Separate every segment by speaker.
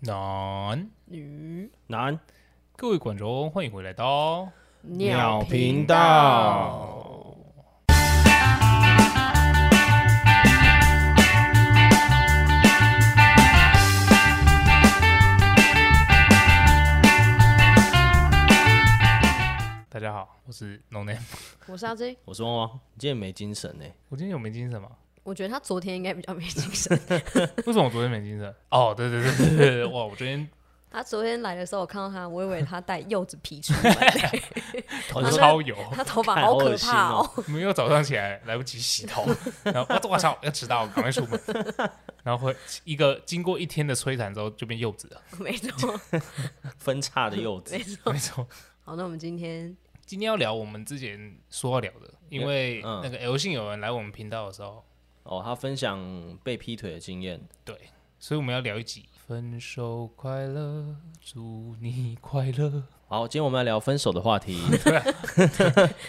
Speaker 1: 男，
Speaker 2: 女
Speaker 3: 男
Speaker 1: 各位观众，欢迎回来到
Speaker 3: 鸟频道
Speaker 2: 道。
Speaker 1: 大家好，我是 No Name。
Speaker 2: 我是阿 J，
Speaker 3: 我是汪汪，你今天没精神呢、
Speaker 1: 我今天有没精神吗？
Speaker 2: 我觉得他昨天应该比较没精神。
Speaker 1: 为什么我昨天没精神？哦，对对对对对对，哇，我昨天
Speaker 2: 他昨天来的时候，我看到他，我以为他带柚子皮出 来，
Speaker 1: 头
Speaker 2: 说
Speaker 1: 超油，
Speaker 2: 他头发好可怕哦。
Speaker 1: 没有早上起来来不及洗头，然后哇我操要迟到，赶快出门。然后会一个经过一天的摧残之后，就变柚子 了。
Speaker 2: 没错，
Speaker 3: 分叉的柚子
Speaker 2: 没，错
Speaker 1: 没。错，
Speaker 2: 好，那我们今天
Speaker 1: 今天要聊我们之前说要聊的，因为
Speaker 3: 嗯
Speaker 1: 那个 L 姓有人来我们频道的时候，
Speaker 3: 哦，他分享被劈腿的经验，
Speaker 1: 所以我们要聊一集分手快乐，祝你快乐。
Speaker 3: 好，今天我们来聊分手的话题，你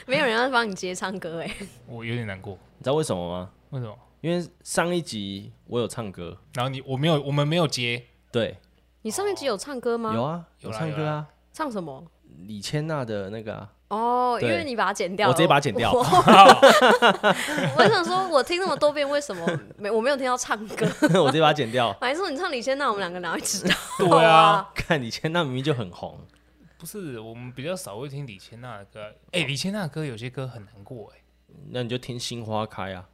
Speaker 2: 没有人要帮你接唱歌哎，
Speaker 1: 我有点难过，
Speaker 3: 知道为什么吗？
Speaker 1: 为什么？
Speaker 3: 因为上一集我有唱歌，
Speaker 1: 然后你我没有，我们没有接，
Speaker 3: 对，
Speaker 2: 你上一集有唱歌吗？
Speaker 3: 有啊，
Speaker 1: 有啦
Speaker 3: 唱歌啊，
Speaker 2: 唱什么？
Speaker 3: 李千娜的那个啊，
Speaker 2: 哦，因
Speaker 3: 对
Speaker 2: 为你把它剪掉了，
Speaker 3: 我直接把它剪掉，
Speaker 2: 我 我想说，我听那么多遍，为什么没我没有听到唱歌？
Speaker 3: 我直接把它剪掉。
Speaker 2: 还是说你唱李千娜，我们两个哪会 知道？
Speaker 1: 对啊，
Speaker 3: 看李千娜明明就很红，
Speaker 1: 不是我们比较少会听李千娜的歌，哎、李千娜的歌有些歌很难过、哎，
Speaker 3: 那你就听《心花开》啊，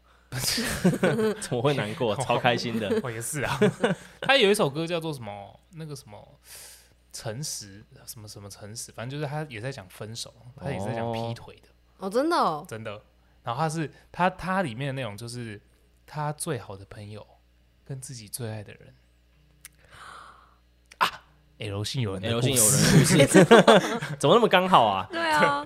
Speaker 3: 怎么会难过？ 超开心的，
Speaker 1: 我也是 啊。她有一首歌叫做什么？那个什么诚实，什么什么诚实，反正就是她也在讲分手，她也是在讲劈
Speaker 3: 哦
Speaker 1: 腿的。
Speaker 2: 哦，真的哦，
Speaker 1: 真的。然后他是他他里面的内容就是他最好的朋友跟自己最爱的人啊，L 姓有人的
Speaker 3: L
Speaker 1: 故
Speaker 3: 姓
Speaker 1: 事
Speaker 3: 哎有人的故事， 怎么那么刚好啊？
Speaker 2: 对啊，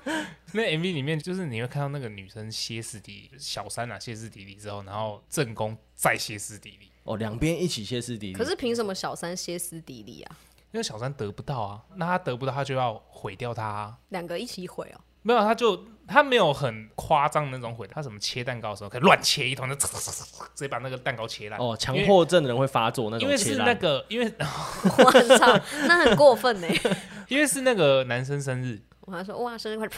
Speaker 1: 那 MV 里面就是你会看到那个女生歇斯底里，小三啊歇斯底里之后，然后正宫再歇斯底里，
Speaker 3: 哦，两边一起歇斯底里。
Speaker 2: 可是凭什么小三歇斯底里啊？
Speaker 1: 因为小三得不到啊，那他得不到他就要毁掉他、啊。
Speaker 2: 两个一起毁哦，
Speaker 1: 没有，他就他没有很夸张那种毁，他什么切蛋糕的时候可以乱切一通，就 直接把那个蛋糕切烂。
Speaker 3: 哦，强迫症的人会发作那
Speaker 1: 因
Speaker 3: 种
Speaker 1: 为
Speaker 3: 切
Speaker 1: 是
Speaker 3: 烂
Speaker 1: 那个，因为
Speaker 2: 我操，那很过分呢。
Speaker 1: 因为是那个男生生日，
Speaker 2: 我还说哇，生日快乐，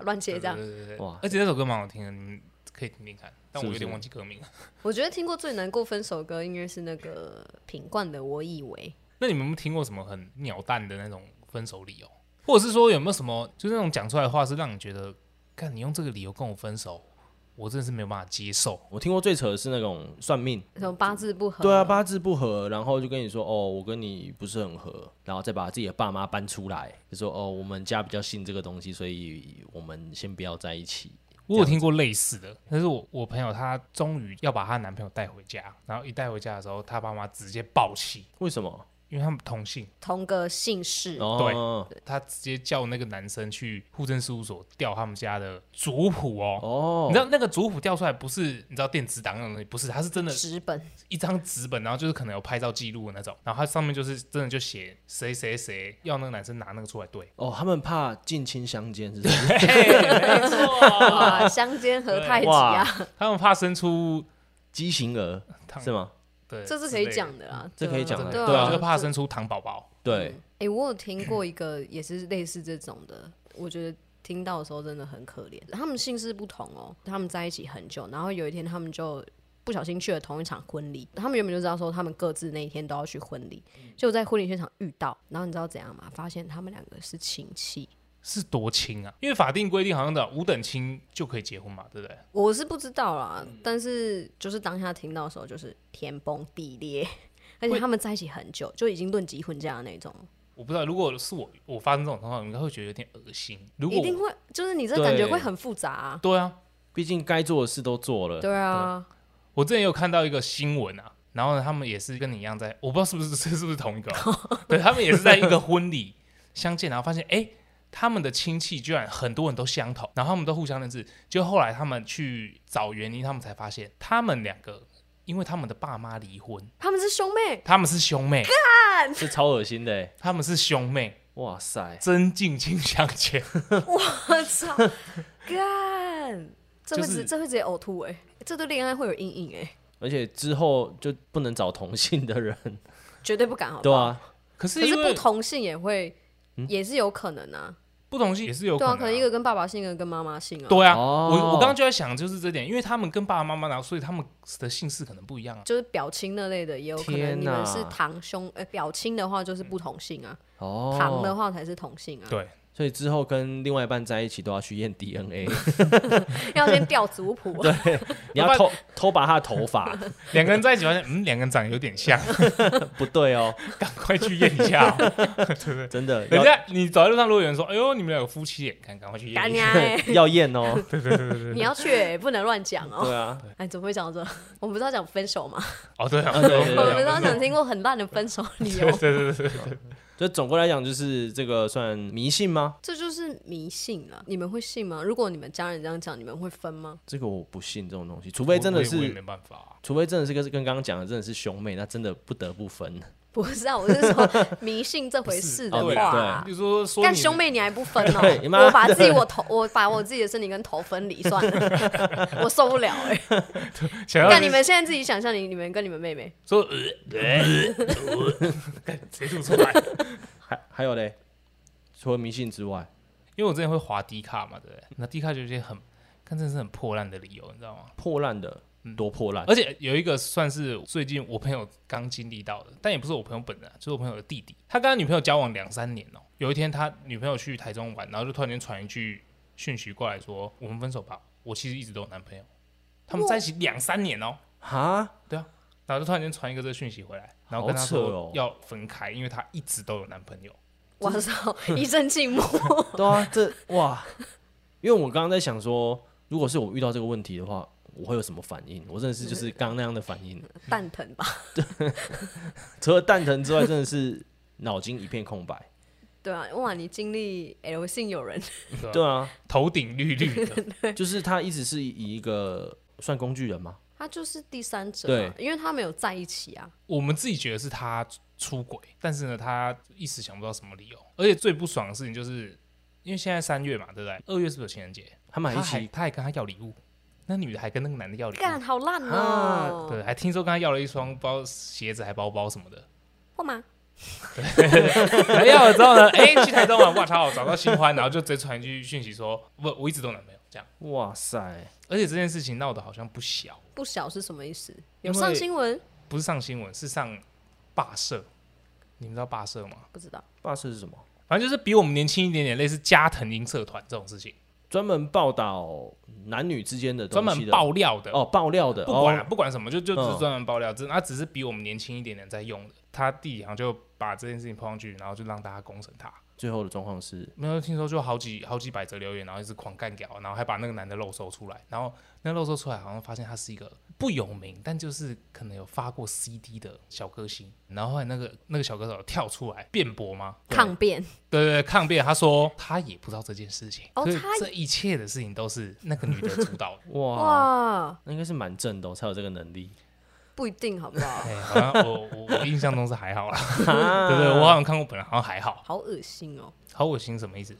Speaker 2: 乱切这样。
Speaker 1: 对对对对
Speaker 3: 哇
Speaker 1: 而且那首歌蛮好听的，你们可以听听看，但
Speaker 3: 是
Speaker 1: 我
Speaker 3: 不
Speaker 1: 有点
Speaker 3: 是
Speaker 1: 忘记歌名了。
Speaker 2: 我觉得听过最难过分手歌应该是那个品冠的《我以为
Speaker 1: 那你们有没有听过什么很鸟蛋的那种分手理由，或者是说有没有什么就是那种讲出来的话是让你觉得，看你用这个理由跟我分手，我真的是没有办法接受。
Speaker 3: 我听过最扯的是那种算命，》，
Speaker 2: 什么八字不合。
Speaker 3: 对啊，八字不合，然后就跟你说哦，我跟你不是很合，然后再把自己的爸妈搬出来，就说哦，我们家比较信这个东西，所以我们先不要在一起。
Speaker 1: 我有听过类似的，但是我我朋友她终于要把她男朋友带回家，然后一带回家的时候，她爸妈直接暴气，
Speaker 3: 为什么？
Speaker 1: 因为他们同性，
Speaker 2: 同个姓氏，
Speaker 3: 哦
Speaker 1: 她直接叫那个男生去户政事务所调他们家的族谱哦
Speaker 3: 哦，
Speaker 1: 你知道那个族谱调出来不是你知道电子档那种东西，不是，它是真的
Speaker 2: 纸本
Speaker 1: 一张纸本，然后就是可能有拍照记录的那种，然后它上面就是真的就写谁谁谁要那个男生拿那个出来对
Speaker 3: 哦，他们怕近亲相奸是不是？
Speaker 1: 嘿没错，
Speaker 2: 哇，相煎何太急
Speaker 3: 哇
Speaker 2: 啊，
Speaker 1: 他们怕生出
Speaker 3: 畸形儿
Speaker 1: 糖
Speaker 3: 是吗？
Speaker 1: 对，
Speaker 2: 这是可以讲的啊，
Speaker 3: 这可以讲
Speaker 1: 的，
Speaker 3: 的
Speaker 2: 对
Speaker 1: 对
Speaker 2: 啊，
Speaker 1: 就是怕生出糖宝宝，
Speaker 3: 对，
Speaker 2: 哎、我有听过一个也是类似这种的，我觉得听到的时候真的很可怜。他们姓氏不同哦，他们在一起很久，然后有一天他们就不小心去了同一场婚礼。他们原本就知道说他们各自那一天都要去婚礼，就在婚礼现场遇到，然后你知道怎样吗？发现他们两个是亲戚。
Speaker 1: 是多亲啊？因为法定规定好像的五等亲就可以结婚嘛，对不对？
Speaker 2: 我是不知道啦，但是就是当下听到的时候，就是天崩地裂，而且他们在一起很久，就已经论及婚嫁的那种，
Speaker 1: 我不知道，如果是我我发生这种状况，我应该会觉得有点恶心。如果
Speaker 2: 一定
Speaker 1: 我
Speaker 2: 会，就是你这感觉
Speaker 3: 对
Speaker 2: 会很复杂、啊。
Speaker 1: 对啊，
Speaker 3: 毕竟该做的事都做了，
Speaker 2: 对啊，
Speaker 1: 我之前有看到一个新闻啊，然后呢，他们也是跟你一样在，我不知道是不是这是不是同一个哦、 对他们也是在一个婚礼相见，然后发现哎、诶他们的亲戚居然很多人都相同，然后他们都互相认识，就后来他们去找原因，他们才发现他们两个因为他们的爸妈离婚，
Speaker 2: 他们是兄妹，
Speaker 1: 他们是兄妹，
Speaker 3: 是超恶心的欸。
Speaker 1: 他们是兄妹，
Speaker 3: 哇塞，
Speaker 1: 真近亲相见，
Speaker 2: 我操， 干，这会
Speaker 1: 就是
Speaker 2: 直这会直接呕吐哎、这对恋爱会有阴影哎、
Speaker 3: 而且之后就不能找同性的人，
Speaker 2: 绝对不敢好不
Speaker 3: 对
Speaker 2: 好？
Speaker 3: 啊，
Speaker 1: 可是
Speaker 2: 可是
Speaker 1: 因
Speaker 2: 不
Speaker 1: 为
Speaker 2: 同姓也会，也是有可能啊。
Speaker 1: 不同姓也是有
Speaker 2: 对
Speaker 1: 能、
Speaker 2: 啊，可能一个跟爸爸姓，一个跟妈妈姓啊。，
Speaker 1: 对啊，
Speaker 3: 哦
Speaker 1: 我我刚刚就在想就是这点，因为他们跟爸爸妈妈然后所以他们的姓氏可能不一样啊。
Speaker 2: 就是表亲那类的，也有可能
Speaker 3: 天
Speaker 2: 你
Speaker 3: 哪
Speaker 2: 们是堂兄。呃，表亲的话就是不同姓啊，
Speaker 3: 哦，
Speaker 2: 堂的话才是同姓啊。
Speaker 1: 对，
Speaker 3: 所以之后跟另外一半在一起都要去 验 DNA，
Speaker 2: 要先调族谱。
Speaker 3: 你要偷偷拔他的 头发，
Speaker 1: 两个人在一起发现，嗯，两个人长得有点像，
Speaker 3: 不对哦，
Speaker 1: 赶快去验一下、哦，对不对？
Speaker 3: 真的
Speaker 1: 人
Speaker 3: 要
Speaker 1: 家你走在路上，如果有人说：“哎呦，你们俩有夫妻耶，赶赶快去
Speaker 2: 干
Speaker 1: 验一
Speaker 2: 你
Speaker 1: 下。
Speaker 2: 啊欸
Speaker 3: 要 验哦，
Speaker 2: 你要去欸，不能乱讲哦。
Speaker 3: 对啊，
Speaker 2: 哎，怎么会讲到这？我们不是要讲分手吗？”
Speaker 1: 哦，对啊，
Speaker 3: 啊
Speaker 1: 对
Speaker 3: 对
Speaker 1: 啊
Speaker 3: 对
Speaker 2: 我
Speaker 1: 对啊
Speaker 2: 们不是要讲听过很烂的分手理由
Speaker 1: 对？对对对对，
Speaker 3: 所以总归来讲就是这个算迷信吗？
Speaker 2: 这就是迷信了。你们会信吗？如果你们家人这样讲，你们会分吗？
Speaker 3: 这个我不信这种东西，除非真的
Speaker 1: 我也我也
Speaker 3: 是
Speaker 1: 没，办法啊、
Speaker 3: 除非真的是跟跟刚刚讲的真的是兄妹，那真的不得不分。
Speaker 2: 不是啊，我是说迷信这回事的
Speaker 3: 不是
Speaker 2: 话
Speaker 3: 哦
Speaker 2: 啊
Speaker 1: 比。如说说
Speaker 2: 干
Speaker 1: 你
Speaker 2: 兄妹你还不分哦
Speaker 3: 对你？妈
Speaker 2: 我把自己我头，我把我自己的身体跟头分离算了， 我受不了哎、
Speaker 1: 想要
Speaker 2: 那你们现在自己想象你你们跟你们妹妹，
Speaker 1: 说呃呃，干谁吐出来？
Speaker 3: 还还有嘞，除了迷信之外，
Speaker 1: 因为我之前会滑低卡嘛，对不对？那低卡就有一些很，看真的是很破烂的理由，你知道吗？
Speaker 3: 破烂的
Speaker 1: 嗯
Speaker 3: 多破烂，
Speaker 1: 而且有一个算是最近我朋友刚经历到的，但也不是我朋友本人、啊，就是我朋友的弟弟。他跟他女朋友交往两三年哦、有一天他女朋友去台中玩，然后就突然间传一句讯息过来说：“我们分手吧，我其实一直都有男朋友。”他们在一起两三年哦、
Speaker 3: 哈，
Speaker 1: 然后就突然间传一个这个讯息回来，然后跟他
Speaker 3: 好扯
Speaker 1: 说
Speaker 3: 哦
Speaker 1: 要分开，因为他一直都有男朋友。
Speaker 2: 哇操， 一阵静默。
Speaker 3: 对啊，这哇，因为我刚刚在想说，如果是我遇到这个问题的话，我会有什么反应？我真的是就是刚刚那样的反应，
Speaker 2: 蛋疼吧？
Speaker 3: 除了蛋疼之外，真的是脑筋一片空白。
Speaker 2: 对啊，哇，你经历哎 L 姓友人，
Speaker 1: 对
Speaker 3: 对
Speaker 1: 吧，
Speaker 3: 啊，
Speaker 1: 头顶绿绿的，
Speaker 3: 就是他一直是以一个算工具人吗？
Speaker 2: 他就是第三者、啊，因为他没有在一起啊。
Speaker 1: 我们自己觉得是他出轨，但是呢，他一时想不到什么理由。而且最不爽的事情就是，因为现在三月嘛，对不对？二月是不是有情人节？
Speaker 3: 他们还
Speaker 1: 他
Speaker 3: 一
Speaker 1: 还
Speaker 3: 起
Speaker 1: 他还跟他要礼物，那女的还跟那个男的
Speaker 3: 嗯
Speaker 1: 要礼
Speaker 2: 干，
Speaker 1: 物，
Speaker 2: 好烂哦、
Speaker 1: 啊对，还听说跟他要了一双包鞋子，还包包什么 的。
Speaker 2: 干嘛？
Speaker 1: 然后要了之后呢，哎、去台中玩，哇操，找到新欢，然后就直接传一句讯息说，我我一直都有男朋友这样。
Speaker 3: 哇塞，
Speaker 1: 而且这件事情闹得好像不小，
Speaker 2: 不小是什么意思？
Speaker 1: 因
Speaker 2: 有
Speaker 1: 为
Speaker 2: 上新闻？
Speaker 1: 不是上新闻，是上霸社。你们知道霸社吗？
Speaker 2: 不知道。
Speaker 3: 霸社是什么？
Speaker 1: 反正就是比我们年轻一点点，类似加藤鹰社团这种事情，
Speaker 3: 专门报道男女之间的
Speaker 1: 专
Speaker 3: 东西
Speaker 1: 门
Speaker 3: 的
Speaker 1: 爆料的。
Speaker 3: 哦，爆料的
Speaker 1: 不管、
Speaker 3: 哦
Speaker 1: 不管什么，就就只
Speaker 3: 嗯
Speaker 1: 是专门爆料，只、他只是比我们年轻一点点在用的。他弟好像就把这件事情抛上去，然后就让大家公审他。
Speaker 3: 最后的状况是，。
Speaker 1: 没有听说就好几好几百则留言，然后一直狂干掉，然后还把那个男的肉搜出来，然后那肉搜出来好像发现他是一个不有名，但就是可能有发过 CD 的小歌星。然后后来那个那个小歌手跳出来辩驳吗？
Speaker 2: 抗辩
Speaker 1: 对对对，抗辩，他说他也不知道这件事情，
Speaker 2: 哦
Speaker 1: 所以
Speaker 2: 他也
Speaker 1: 这一切的事情都是那个女的主导的
Speaker 3: 哇，
Speaker 2: 哇，
Speaker 3: 那应该是蛮正的、哦，才有这个能力。
Speaker 2: 不一定好不好？
Speaker 1: 哎，好像我我我印象中是还好啦， 对对，我好像看过本人好像还好，
Speaker 2: 好恶心哦、
Speaker 1: 好恶心什么意思？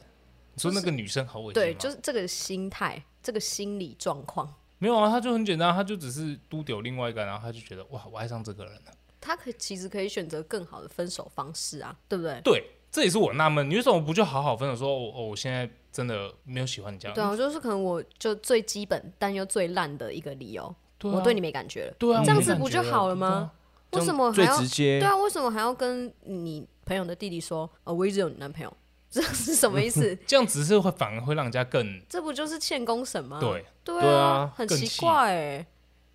Speaker 1: 你说那个女生好恶心吗？
Speaker 2: 对，就是这个心态，这个心理状况，
Speaker 1: 没有啊，他就很简单，他就只是嘟丢另外一个，然后他就觉得哇，我爱上这个人了。
Speaker 2: 他可其实可以选择更好的分手方式啊，对不对？
Speaker 1: 对，这也是我纳闷，你为什么不就好好分手？说我、哦、我现在真的没有喜欢你这样。
Speaker 2: 对啊，就是可能我就最基本但又最烂的一个理由，
Speaker 1: 对啊，
Speaker 2: 我对你没感觉了。
Speaker 1: 对啊，
Speaker 2: 这样
Speaker 1: 我没
Speaker 2: 子
Speaker 1: 感
Speaker 2: 不
Speaker 1: 觉
Speaker 2: 就好了吗？
Speaker 3: 这
Speaker 2: 为什
Speaker 3: 样
Speaker 1: 哦
Speaker 2: 么还
Speaker 3: 最
Speaker 2: 要
Speaker 3: 直接？
Speaker 2: 对啊？为什么还要跟你朋友的弟弟说？呃，我一直有你男朋友， 这是什么意思
Speaker 1: 对啊？这样只是会反而会让人家更
Speaker 2: 这不就是欠公审吗？
Speaker 1: 对
Speaker 2: 对
Speaker 3: 对
Speaker 2: 啊
Speaker 3: 啊，
Speaker 2: 很
Speaker 1: 更
Speaker 2: 奇
Speaker 1: 气
Speaker 2: 怪哎、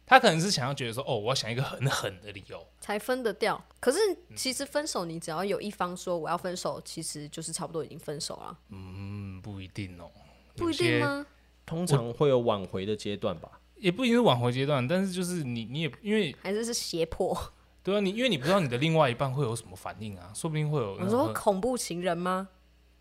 Speaker 1: 他可能是想要觉得说哦，我要想一个很狠的理由。
Speaker 2: 才分得掉。可是
Speaker 1: 嗯
Speaker 2: 其实分手，你只要有一方说我要分手，其实就是差不多已经分手了，
Speaker 1: 嗯，不一定哦，
Speaker 2: 不一
Speaker 1: 有些
Speaker 2: 定？吗？
Speaker 3: 通常会有挽回的阶段吧。
Speaker 1: 也不一定是挽回阶段，但是就是你你也因为
Speaker 2: 还是是胁迫？
Speaker 1: 对啊，你因为你不知道你的另外一半会有什么反应啊，说不定会有那
Speaker 2: 我
Speaker 1: 种
Speaker 2: 说
Speaker 1: 很
Speaker 2: 恐怖情人吗？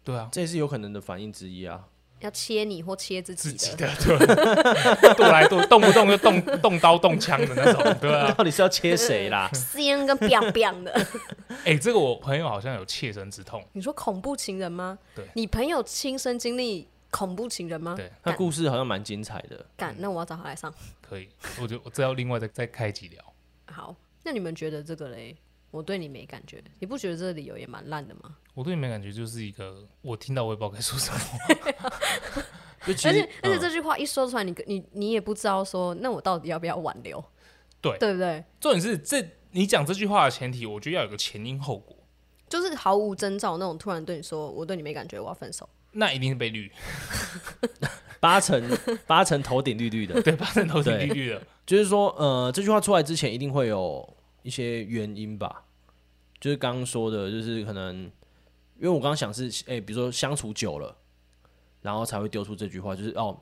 Speaker 1: 对啊，
Speaker 3: 这也是有可能的反应之一 啊。
Speaker 2: 要切你或切自己
Speaker 1: 自
Speaker 2: 的？？
Speaker 1: 己的，对，剁来剁， 动不动就动动刀动枪的那种，对啊。
Speaker 3: 到底是要切谁啦
Speaker 2: 先跟 biang biang 的，
Speaker 1: 哎、这个我朋友好像有切身之痛，
Speaker 2: 你说恐怖情人吗？
Speaker 1: 对
Speaker 2: 你朋友亲身经历恐怖情人吗？
Speaker 1: 对，嗯
Speaker 3: 他故事好像蛮精彩的。
Speaker 2: 敢，那我要找他来上。
Speaker 1: 可以，我觉得我这要另外再再开几聊。
Speaker 2: 好，那你们觉得这个嘞？我对你没感觉，你不觉得这个理由也蛮烂的吗？
Speaker 1: 我对你们感觉就是一个，我听到我也不知道该说什么。
Speaker 3: 就其
Speaker 2: 而
Speaker 3: 实
Speaker 1: 嗯
Speaker 3: 嗯
Speaker 2: 且而且这句话一说出来，你你你也不知道说，那我到底要不要挽留？
Speaker 1: 对
Speaker 2: 对不对？
Speaker 1: 重点是这，你讲这句话的前提，我觉得要有个前因后果，
Speaker 2: 就是毫无征兆那种，突然对你说我对你没感觉，我要分手。
Speaker 1: 那一定是被绿，
Speaker 3: 八成八成头顶绿绿的，
Speaker 1: 对，八成头顶
Speaker 3: 对
Speaker 1: 绿绿的，
Speaker 3: 就是说，呃，这句话出来之前一定会有一些原因吧，就是刚刚说的，就是可能，因为我刚刚想是，哎、比如说相处久了，然后才会丢出这句话，就是哦，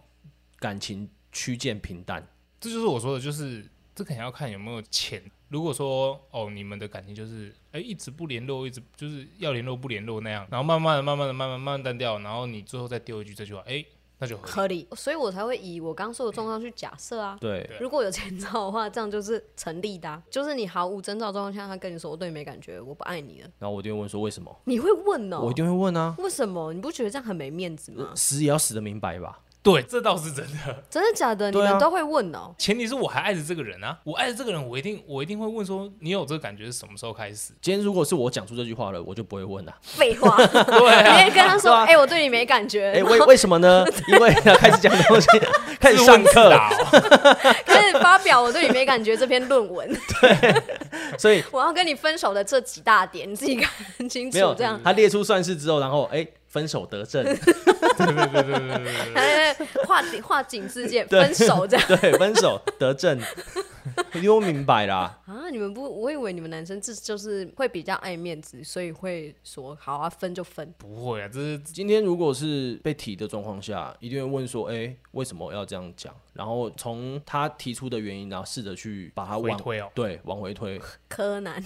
Speaker 3: 感情趋近平淡，
Speaker 1: 这就是我说的，就是这肯定要看有没有钱。如果说哦，你们的感情就是哎一直不联络，一直就是要联络不联络那样，然后慢慢的、慢慢的、慢慢地慢慢地淡掉，然后你最后再丢一句这句话，哎，那就合理
Speaker 2: 合理，所以我才会以我刚说的状况去假设啊。
Speaker 3: 对，
Speaker 2: 如果有前兆的话，这样就是成立的啊、就是你毫无征兆的状况下，他跟你说我对你没感觉，我不爱你了，
Speaker 3: 然后我一定会问说为什么，
Speaker 2: 你会问哦、
Speaker 3: 我一定会问啊，
Speaker 2: 为什么？你不觉得这样很没面子吗？
Speaker 3: 死也要死的明白吧，
Speaker 1: 对，这倒是真的。
Speaker 2: 真的假的？你
Speaker 3: 对啊
Speaker 2: 们都会问哦、
Speaker 1: 前提是我还爱着这个人啊，我爱着这个人，我一定我一定会问说，你有这个感觉是什么时候开始？
Speaker 3: 今天如果是我讲出这句话了，我就不会问了、啊，
Speaker 2: 废话， 你也跟他说，哎、我对你没感觉，
Speaker 3: 哎、为为什么 呢？因为开始讲东西， 开始
Speaker 1: 自
Speaker 3: 上
Speaker 1: 问自
Speaker 3: 课，
Speaker 1: 答 哦
Speaker 2: 开始发表我对你没感觉这篇论文，
Speaker 3: 所以
Speaker 2: 我要跟你分手的这几大点，你自己看清楚
Speaker 3: 没有
Speaker 2: 这样。
Speaker 3: 他列出算式之后，然后哎、分手得 正。
Speaker 1: 对对对对对对对。
Speaker 2: 哎画景画景世界
Speaker 3: 嗯对
Speaker 2: 分手这样
Speaker 3: 对，分手 得正，你都明白啦。
Speaker 2: 啊？你们不，我以为你们男生这就是会比较爱面子，所以会说好啊，分就分。
Speaker 1: 不会啊，这是
Speaker 3: 今天如果是被提的状况下，一定会问说，哎、为什么要这样讲？然后从他提出的原因，然后试着去把它
Speaker 1: 回
Speaker 3: 往
Speaker 1: 推哦。
Speaker 3: 对往回推，
Speaker 2: 柯 南，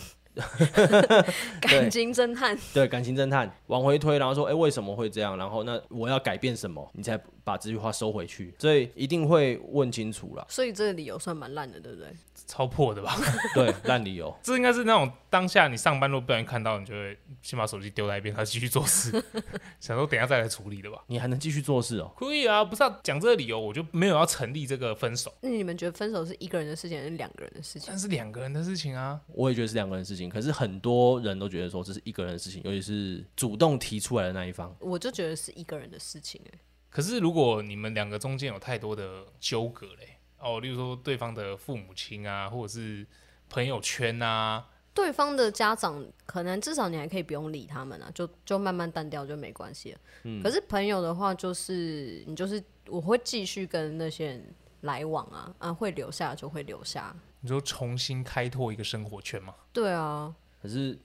Speaker 2: 感情侦探，
Speaker 3: 对感情侦探往回推，然后说，哎、为什么会这样？然后那我要改变什么，你才把这句话收回去？所以一定会问清楚啦。
Speaker 2: 所以这个理由算蛮烂的，对不对？
Speaker 1: 超破的吧？
Speaker 3: 对，烂理由。
Speaker 1: 这应该是那种当下你上班路不小心看到，你就会先把手机丢在一边，他继续做事， 想说等一下再来处理的吧。
Speaker 3: 你还能继续做事哦、
Speaker 1: 可以啊，不是、啊、讲这个理由，我就没有要成立这个分手，
Speaker 2: 那你们觉得分手是一个人的事情还是两个人的事情？
Speaker 1: 但是两个人的事情啊。
Speaker 3: 我也觉得是两个人的事情，可是很多人都觉得说这是一个人的事情，尤其是主动提出来的那一方。
Speaker 2: 我就觉得是一个人的事情、哎，
Speaker 1: 可是如果你们两个中间有太多的纠葛嘞，哦，例如说对方的父母亲啊，或者是朋友圈啊，
Speaker 2: 对方的家长可能至少你还可以不用理他们啊，就就慢慢淡掉就没关系了。
Speaker 3: 嗯
Speaker 2: 可是朋友的话，就是你就是我会继续跟那些人来往啊，啊会留下就会留下。
Speaker 1: 你说重新开拓一个生活圈嘛？
Speaker 2: 对啊，
Speaker 3: 可是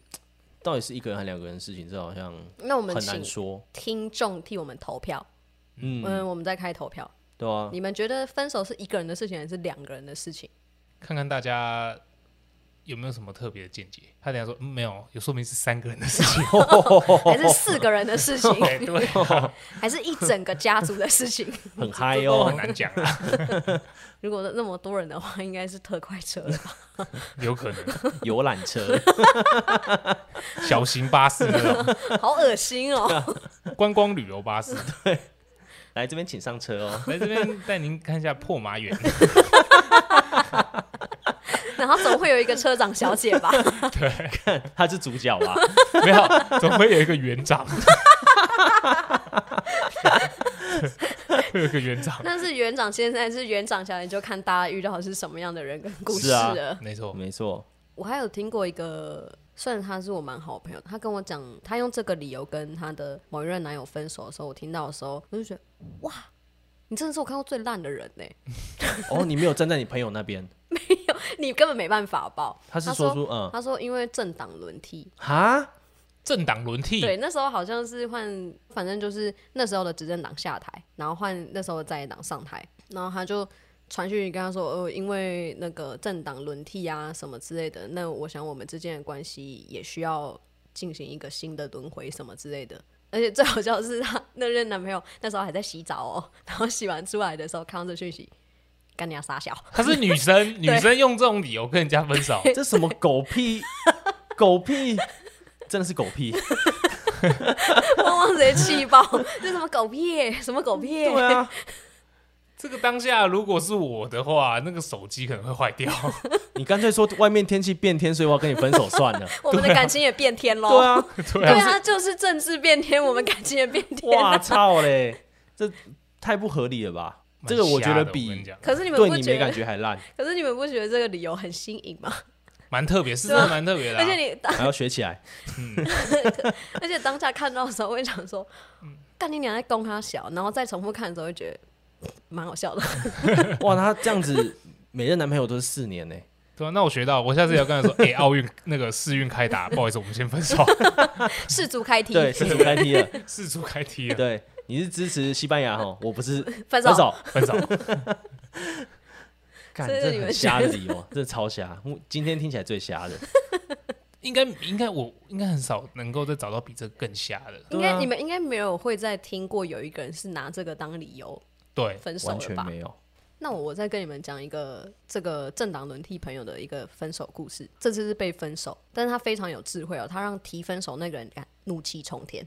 Speaker 3: 到底是一个人还是两个人的事情，这好像
Speaker 2: 那我们
Speaker 3: 很
Speaker 2: 请
Speaker 3: 难说。
Speaker 2: 听众替我们投票，嗯
Speaker 3: 嗯，
Speaker 2: 我们再开投票。
Speaker 3: 对啊，
Speaker 2: 你们觉得分手是一个人的事情还是两个人的事情？
Speaker 1: 看看大家有没有什么特别的见解。他等一下说、嗯、没有，有说明是三个人的事情。
Speaker 2: 还是四个人的事情？
Speaker 1: 对对啊，
Speaker 2: 还是一整个家族的事情？
Speaker 3: 很嗨
Speaker 1: 都
Speaker 3: 哦
Speaker 1: 很。难讲啊，
Speaker 2: 如果那么多人的话，应该是特快车了吧？
Speaker 1: 有可能。
Speaker 3: 游览车，
Speaker 1: 小型巴士那种
Speaker 2: 好恶心哦、
Speaker 1: 观光旅游巴士，
Speaker 3: 来这边请上车哦。
Speaker 1: 来这边带您看一下破马园。
Speaker 2: 然后总会有一个车长小姐吧？
Speaker 1: 对，
Speaker 3: 他是主角吧？
Speaker 1: 没有，总会有一个园 长，会有一个园长，
Speaker 2: 但是园长现在是园长小姐，就看大家遇到的是什么样的人跟故事
Speaker 3: 是啊
Speaker 2: 了。
Speaker 1: 没错，
Speaker 3: 没错，
Speaker 2: 我还有听过一个，虽然他是我蛮好的朋友，他跟我讲，他用这个理由跟他的某一任男友分手的时候，我听到的时候，我就觉得哇。你真的是我看过最烂的人呢、
Speaker 3: 哦，你没有站在你朋友那边，
Speaker 2: 你根本没办法报。
Speaker 3: 他是
Speaker 2: 他
Speaker 3: 说
Speaker 2: 说啊
Speaker 3: 出嗯
Speaker 2: 他说因为政党轮替，
Speaker 3: 哈，
Speaker 1: 政党轮替，
Speaker 2: 对，那时候好像是换，反正就是那时候的执政党下台，然后换那时候的在野党上台，然后他就传讯跟他说，呃，因为那个政党轮替啊什么之类的，那我想我们之间的关系也需要进行一个新的轮回什么之类的。而且最好笑的是，她那任男朋友那时候还在洗澡哦，然后洗完出来的时候看到这讯息，干你娘傻笑，
Speaker 1: 她是女 生，女生用这种理由跟人家分手，
Speaker 3: 这什么狗屁，狗屁，真的是狗屁。 啊
Speaker 2: 汪汪直接气爆，这什么狗屁，什么狗屁，
Speaker 3: 对啊，
Speaker 1: 这个当下如果是我的话，那个手机可能会坏 掉。
Speaker 3: 你干脆说外面天气变天，所以我要跟你分手算了。
Speaker 2: 我们的感情也变天喽。
Speaker 3: 对，啊，
Speaker 1: 对
Speaker 2: 对
Speaker 1: 啊，
Speaker 2: 啊，就是政治变天，我们感情也变天啊。
Speaker 3: 哇操嘞，这太不合理了吧？这个我觉
Speaker 1: 蛮瞎
Speaker 3: 得
Speaker 1: 的我跟你
Speaker 3: 比
Speaker 1: 讲
Speaker 2: 可是你们
Speaker 3: 对
Speaker 2: 不
Speaker 3: 你
Speaker 2: 觉
Speaker 3: 没感
Speaker 2: 得？
Speaker 3: 觉还烂，
Speaker 2: 可是你们不觉得这个理由很新颖吗？
Speaker 1: 蛮特别，是真的蛮特别的啊。
Speaker 2: 而且你当
Speaker 3: 还要学起来。
Speaker 2: 而且当下看到的时候会想说，
Speaker 3: 嗯
Speaker 2: 干你娘在攻他小，然后再重复看的时候会觉得蛮好笑的。
Speaker 3: 哇，她这样子每任男朋友都是四年呢、
Speaker 1: 对啊，那我学到，我下次也要跟他说，哎、 奥运那个世运开打，不好意思，我们先分手，
Speaker 2: 世足开踢，
Speaker 3: 对，是主开踢了。
Speaker 1: 世足开踢了，
Speaker 3: 对，你是支持西班牙哈？我不是
Speaker 2: 分手
Speaker 3: 分手。
Speaker 1: 分手。
Speaker 3: 干，
Speaker 2: 所以
Speaker 3: 这
Speaker 2: 你
Speaker 3: 很
Speaker 2: 们
Speaker 3: 瞎
Speaker 2: 觉
Speaker 3: 的
Speaker 2: 得
Speaker 3: 理由，这超瞎。我今天听起来最 瞎的。
Speaker 1: 应该应该我应该很少能够再找到比这个更瞎的。
Speaker 2: 应
Speaker 3: 对
Speaker 2: 该、
Speaker 3: 啊
Speaker 2: 你们应该没有会再听过有一个人是拿这个当理由
Speaker 1: 对，
Speaker 2: 分手
Speaker 3: 完
Speaker 2: 了
Speaker 3: 全
Speaker 2: 吧？
Speaker 3: 没有。
Speaker 2: 那我再跟你们讲一个这个政党轮替朋友的一个分手故事。这次是被分手，但是他非常有智慧哦，他让提分手那个人感怒气冲天，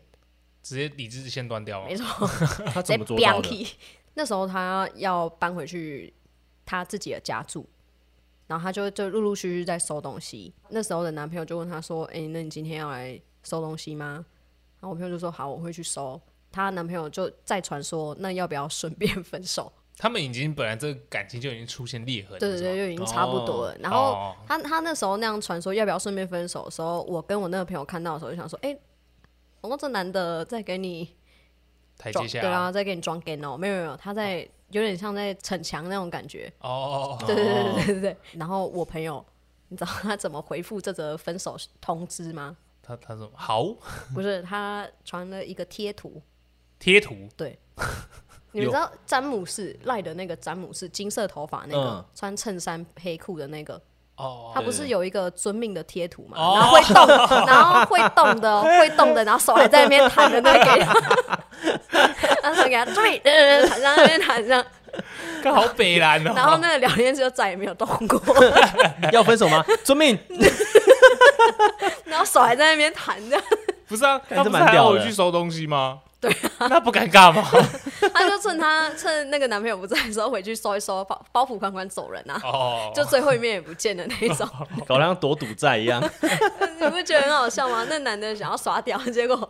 Speaker 1: 直接理智线断掉嘛
Speaker 2: 没。错，
Speaker 3: 他
Speaker 2: 直接
Speaker 3: 怎么做到
Speaker 2: biang
Speaker 3: 的？
Speaker 2: 起 那时候他要搬回去他自己的家住，然后他就就陆陆续续在收东西。那时候的男朋友就问他说：“哎、那你今天要来收东西吗？”然后我朋友就说：“好，我会去收。”她男朋友就再传说：“那要不要顺便分手？”
Speaker 1: 他们已经本来这个感情就已经出现裂痕了，
Speaker 2: 对对对，
Speaker 1: 是吗，
Speaker 2: 就已经差不多了。然后
Speaker 1: 哦
Speaker 2: 他他那时候那样传说要不要顺便分手的时候，我跟我那个朋友看到的时候就想说，哎、哦，这男的在给你
Speaker 1: 台
Speaker 2: 装，
Speaker 1: 阶下
Speaker 2: 对啊，在给你装 gay 哦，没有没有，他在、有点像在逞强那种感觉，
Speaker 1: 哦哦哦，
Speaker 2: 对对对对
Speaker 3: 哦
Speaker 2: 对对。然后我朋友，你知道他怎么回复这则分手通 知吗？
Speaker 1: 他他说好
Speaker 2: 不是，他传了一个贴图，
Speaker 1: 贴图，
Speaker 2: 你们知道詹姆士赖的那个詹姆士金色头发那个、
Speaker 3: 嗯
Speaker 2: 穿衬衫黑裤的那个，
Speaker 1: 哦，
Speaker 2: 他不是有一个遵命的贴图嘛，
Speaker 1: 哦
Speaker 2: 然后会动，然后会 动的，哦会动的，然后手还在那边弹的那个给他，然后手给他对，呃，弹在那边弹上，
Speaker 1: 刚好北蓝哦。
Speaker 2: 然后那个聊天室就再也没有动过，
Speaker 3: 要分手吗？遵命。
Speaker 2: 然后手还在那边弹的，
Speaker 1: 不是啊，
Speaker 3: 干
Speaker 1: 他
Speaker 3: 这
Speaker 1: 不是
Speaker 3: 蛮
Speaker 1: 还要
Speaker 3: 屌的
Speaker 1: 回去收东西吗？对，
Speaker 2: 啊
Speaker 1: 那不尴尬 吗？
Speaker 2: 他就趁他趁那个男朋友不在的时候回去收一收，包包袱款款走人啊，
Speaker 1: 哦，
Speaker 2: 就最后一面也不见的那 种，
Speaker 3: 搞得像躲赌债一样。
Speaker 2: 你不觉得很好笑吗？那男的想要耍屌，结果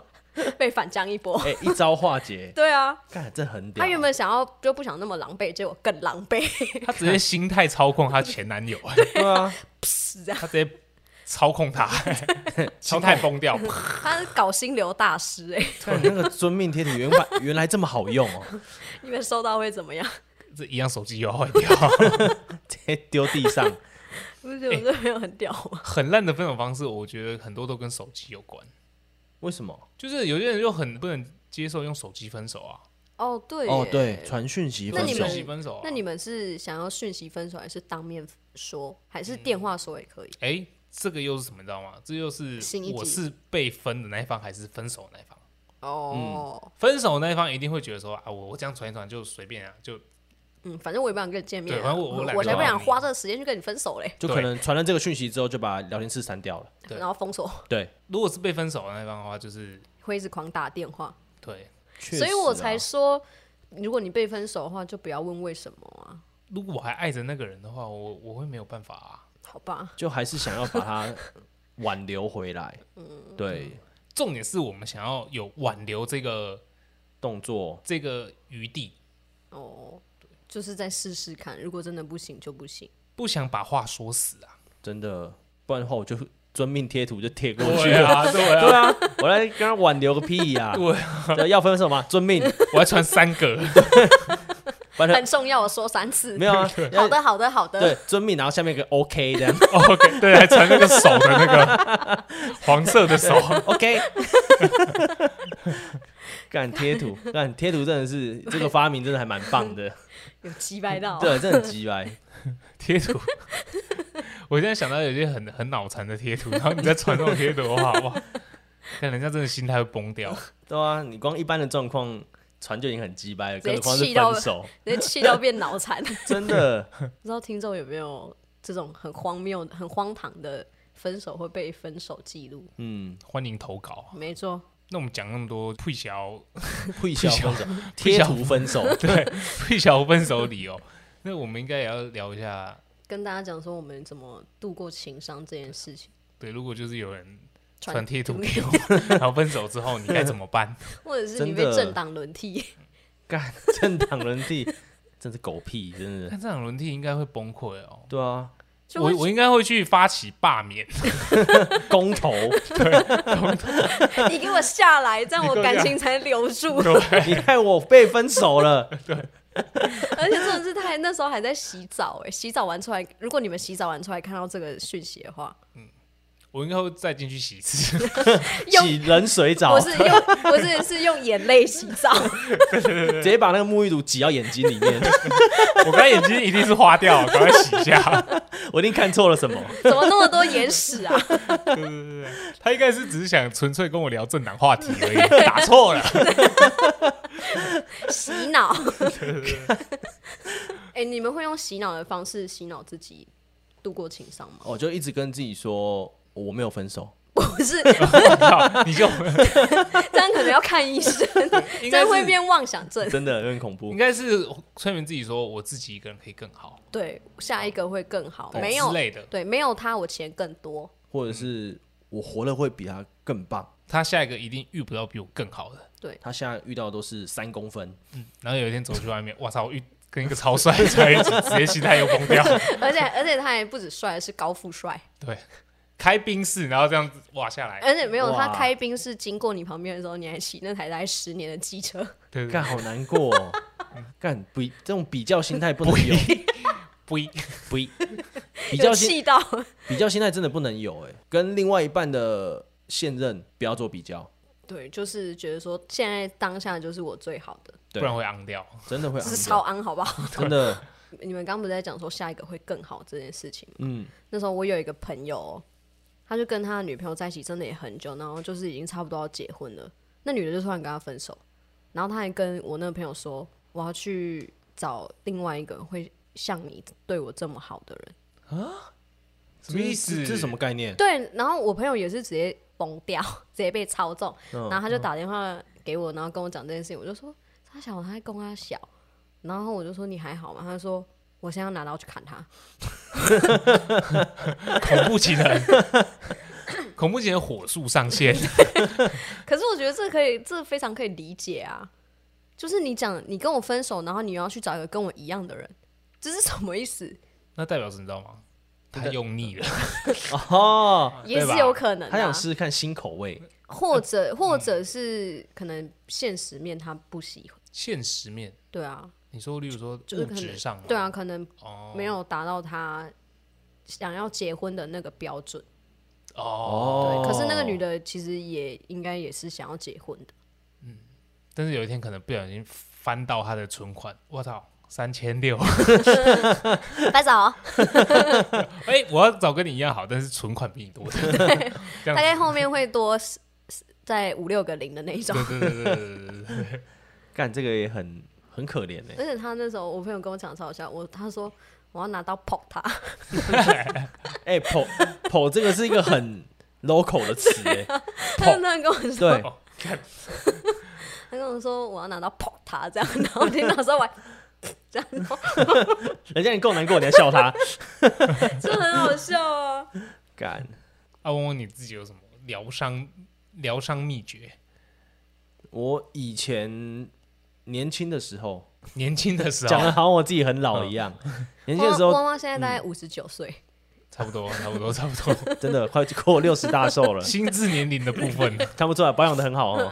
Speaker 2: 被反将一波，
Speaker 3: 哎、一招化解，
Speaker 2: 对啊，
Speaker 3: 干这很屌。
Speaker 2: 他原本想要就不想那么狼狈，结果更狼狈。
Speaker 1: 他直接心态操控他前男友，哎
Speaker 3: 对啊，
Speaker 1: 他直接操控 他，哎心态崩掉，啪
Speaker 2: 他是搞心流大师哎、
Speaker 3: 看那个遵命贴图原版原来这么好用哦，
Speaker 2: 你们收到会怎么样？
Speaker 1: 这一样手机又要坏掉，
Speaker 3: 直接丢地上。
Speaker 2: 不是我这没有很屌吗？
Speaker 1: 很烂的分手方式，我觉得很多都跟手机有关，
Speaker 3: 为什么？
Speaker 1: 就是有些人又很不能接受用手机分手啊，
Speaker 2: 哦，对耶
Speaker 3: 哦，对，。传讯息
Speaker 2: 那
Speaker 3: 分
Speaker 2: 你
Speaker 1: 手
Speaker 2: 们
Speaker 1: 机
Speaker 3: 手。
Speaker 1: 分手啊，
Speaker 2: 那你们是想要讯息分手，还是当面说，还
Speaker 3: 嗯
Speaker 2: 是电话说也可以？
Speaker 1: 哎，这个又是什么？你知道吗？这又是
Speaker 2: 新一集
Speaker 1: 我是被分的那一方，还是分手的那一方？
Speaker 2: 哦，
Speaker 1: 分手的那一方一定会觉得说啊，我我这样传一传就随便啊，就
Speaker 2: 嗯反正我也不想跟你见面
Speaker 1: 对
Speaker 2: 啊、
Speaker 1: 反正我我懒得
Speaker 2: 才不
Speaker 1: 找
Speaker 2: 想
Speaker 1: 你
Speaker 2: 花这个时间去跟你分手嘞，
Speaker 3: 就可能传了这个讯息之后，就把聊天室删掉了。
Speaker 1: 对
Speaker 2: 然后封锁，
Speaker 3: 对，
Speaker 1: 如果是被分手的那一方的话，就是
Speaker 2: 会一直狂打电话，
Speaker 1: 对。
Speaker 3: 确实
Speaker 2: 所
Speaker 3: 啊
Speaker 2: 以我才说，如果你被分手的话，就不要问为什么啊，
Speaker 1: 如果我还爱着那个人的话，我我会没有办法啊。
Speaker 2: 好吧？
Speaker 3: 就还是想要把它挽留 回来。
Speaker 2: 嗯
Speaker 3: 对，
Speaker 1: 重点是我们想要有挽留这个
Speaker 3: 动作
Speaker 1: 这个余地，
Speaker 2: 哦，就是再试试看，如果真的不行就不行。
Speaker 1: 不想把话说死啊。
Speaker 3: 真的，不然的话我就遵命贴图就贴过去
Speaker 1: 对
Speaker 3: 了。
Speaker 1: 啊，对啊，
Speaker 3: 对啊，我来跟他挽留个屁呀、
Speaker 1: 对
Speaker 3: 对啊要分手吗？遵命，
Speaker 1: 我要传三个，
Speaker 3: 反 正
Speaker 2: 很重要，我说三次。
Speaker 3: 没有啊。
Speaker 2: 好
Speaker 3: 要
Speaker 2: 的，好的，好
Speaker 3: 对
Speaker 2: 的。，
Speaker 3: 遵命，然后下面一个 OK 这样
Speaker 1: 哦 OK，对，还传那个手的那个黄色的手，
Speaker 3: ，OK。干贴图，干贴图真的是这个发明真的还蛮棒的，
Speaker 2: 有击败到、
Speaker 3: 对，真的很鸡掰。
Speaker 1: 贴图。 我现在想到有些很很脑残的贴图，然后你再传那种贴图的话，哇，看人家真的心态会崩掉。
Speaker 3: 对啊，你光一般的状况传就已经很鸡掰了，
Speaker 2: 直接
Speaker 3: 更何况是
Speaker 2: 气到
Speaker 3: 分手，
Speaker 2: 直接气到变脑残。不
Speaker 3: 真的。
Speaker 2: 知道听众有没有这种很荒谬、很荒唐的分手会被分手记录？
Speaker 3: 嗯，
Speaker 1: 欢迎投稿，
Speaker 2: 没错，
Speaker 1: 那我们讲那么多退小
Speaker 3: 会笑分手，
Speaker 1: 会
Speaker 3: 贴
Speaker 1: 笑
Speaker 3: 图分手，
Speaker 1: 对退小分手理由，那我们应该也要聊一下。
Speaker 2: 跟大家讲说我们怎么度过情伤这件事情，
Speaker 1: 对，如果就是有人
Speaker 2: 传
Speaker 1: 传贴图
Speaker 2: 图
Speaker 1: 给我，然后分手之后你该怎么 办？
Speaker 2: 或者是你
Speaker 3: 真
Speaker 2: 被
Speaker 3: 的
Speaker 2: 政党轮替，
Speaker 3: 干政党轮替，真是狗屁，真的。
Speaker 1: 但这场轮替应该会崩溃哦。
Speaker 3: 对啊，
Speaker 2: 就
Speaker 1: 我
Speaker 2: 会
Speaker 1: 我应该会去发起罢 免，
Speaker 3: 公投，
Speaker 2: 你给我下来，这样
Speaker 1: 你
Speaker 2: 我
Speaker 1: 给我
Speaker 2: 感
Speaker 1: 下
Speaker 2: 情才留住。
Speaker 3: 你害我被分手了。
Speaker 2: 而且真的是他还那时候还在洗澡哎、洗澡完出来，如果你们洗澡完出来看到这个讯息的话，
Speaker 1: 我应该会再进去洗一次。
Speaker 2: 用
Speaker 3: 洗冷水澡
Speaker 2: 我，是 用我是是用眼泪洗澡，
Speaker 3: 直接把那个沐浴乳挤到眼睛 里面。
Speaker 1: 我刚才眼睛一定是花掉，赶快洗一下。
Speaker 3: 我一定看错了什么。
Speaker 2: 怎么那么多眼屎啊？
Speaker 1: 他应该是只是想纯粹跟我聊政党话题而已，打错 了。
Speaker 2: 洗脑。哎、你们会用洗脑的方式洗脑自己度过情伤吗？
Speaker 3: 我就一直跟自己说，我没有分手。
Speaker 2: 不是，
Speaker 1: 你 就
Speaker 2: 这样可能要看医生，
Speaker 1: 应
Speaker 2: 这
Speaker 1: 该
Speaker 2: 样会
Speaker 1: 是
Speaker 2: 变妄想症。
Speaker 3: 真的有点恐怖
Speaker 1: 应。该是催眠自己说，我自己一个人可以更好，
Speaker 2: 对，下一个会更好，
Speaker 1: 对
Speaker 2: 没有
Speaker 1: 之类的。
Speaker 2: 对，没有他我钱更多。
Speaker 3: 或者是我活了会比他更棒。
Speaker 1: 他下一个一定遇不到比我更好的。
Speaker 3: 他现在遇到的都是三公分，
Speaker 1: 然后有一天走去外面，哇操，我遇跟一个超帅的在一起，直接心态又崩 掉。
Speaker 2: 而且而且他还不止帅，是高富帅，
Speaker 1: 对，开宾士，然后这样子哇下来，
Speaker 2: 而且没有
Speaker 3: 哇
Speaker 2: 他开宾士经过你旁边的时候，你还骑那台大概十年的机车，
Speaker 1: 对对
Speaker 3: 干
Speaker 1: 对，
Speaker 3: 好难过、 哦。干比这种比较心态不能有，
Speaker 1: 不一，
Speaker 3: 不一比
Speaker 2: 有
Speaker 3: 较心
Speaker 2: 气到
Speaker 3: 比较心态真的不能有哎、跟另外一半的现任不要做比较，
Speaker 2: 对，就是觉得说现在当下就是我最好的，
Speaker 1: 不
Speaker 3: 对
Speaker 1: 然会昂掉。
Speaker 3: 真的会
Speaker 2: 是
Speaker 3: 很
Speaker 2: 超安好不好？
Speaker 3: 真的
Speaker 2: 你们刚不是在讲说下一个会更好这件事情吗？
Speaker 3: 嗯
Speaker 2: 那时候我有一个朋友哦、他就跟他的女朋友在一起真的也很久，然后就是已经差不多要结婚了，那女的就突然跟他分手，然后他还跟我那个朋友说，我要去找另外一个会像你对我这么好的人。
Speaker 1: 什么意思？
Speaker 3: 这这是什么？概念？
Speaker 2: 对，然后我朋友也是直接崩掉，直接被操纵，
Speaker 3: 嗯
Speaker 2: 然后他就打电话给我，然后跟我讲这件事情，我就说他小，他在跟他小，然后我就说你还好吗？他就说我现在要拿刀去砍他，
Speaker 1: 恐怖情人， 恐怖情人火速上线。
Speaker 2: 可是我觉得这可以，这非常可以理解啊，就是你讲你跟我分手，然后你又要去找一个跟我一样的人，这是什么意思？
Speaker 1: 那代表是你知道吗？他用腻了，
Speaker 3: 哦，
Speaker 2: 也是
Speaker 1: 吧
Speaker 2: 有可能、
Speaker 3: 他想
Speaker 2: 啊
Speaker 3: 试，试看新口味，
Speaker 2: 或者或者是可能现实面他不喜欢，
Speaker 1: 现实面。
Speaker 2: 对啊，
Speaker 1: 你说，例如说
Speaker 2: 就是
Speaker 1: 物
Speaker 2: 可
Speaker 1: 质
Speaker 2: 能
Speaker 1: 上，
Speaker 2: 对啊，，可能
Speaker 1: 嗯哦，
Speaker 2: 没有达到他想要结婚的那个标准。对，
Speaker 1: 哦，
Speaker 2: 可是那个女的其实也应该也是想要结婚的，
Speaker 1: 但是有一天可能不小心翻到他的存款，我操，三千六，
Speaker 2: 白嫂，
Speaker 1: 哎，我要找跟你一样好，但是存款比你多的，这
Speaker 2: 大
Speaker 1: 样子
Speaker 2: 概后面会多 s- s- 在五六个零的那一种。
Speaker 1: 对对对对对对对对对，
Speaker 3: 干这个也很很可怜哎、
Speaker 2: 而且他那时候，我朋友跟我讲超好笑，我他说我要拿刀剖他，
Speaker 3: 哎、剖剖这个是一 个很 local 的词哎、
Speaker 2: 他那跟我说，
Speaker 3: 对，
Speaker 1: 哦看
Speaker 2: 他跟我说我要拿刀剖他这样，然后我听到的时候我还这样，
Speaker 3: 人家你够难过，你还 笑他，
Speaker 2: 就很好笑啊。
Speaker 3: 干
Speaker 1: 啊，问问你自己有什么疗伤疗伤秘诀？
Speaker 3: 我以前年轻的时候，
Speaker 1: 年轻的时
Speaker 3: 讲
Speaker 1: 候
Speaker 2: 啊
Speaker 3: 的好像我自己很老一样。
Speaker 1: 嗯
Speaker 3: 年轻的时
Speaker 2: 汪
Speaker 3: 候嗯
Speaker 2: 汪汪现在大概五十九岁，
Speaker 1: 差不多，差不多，差不多，，
Speaker 3: 真的快过六十大寿 了
Speaker 1: 心智年龄的部分，
Speaker 3: 看不出来保养的很好哦。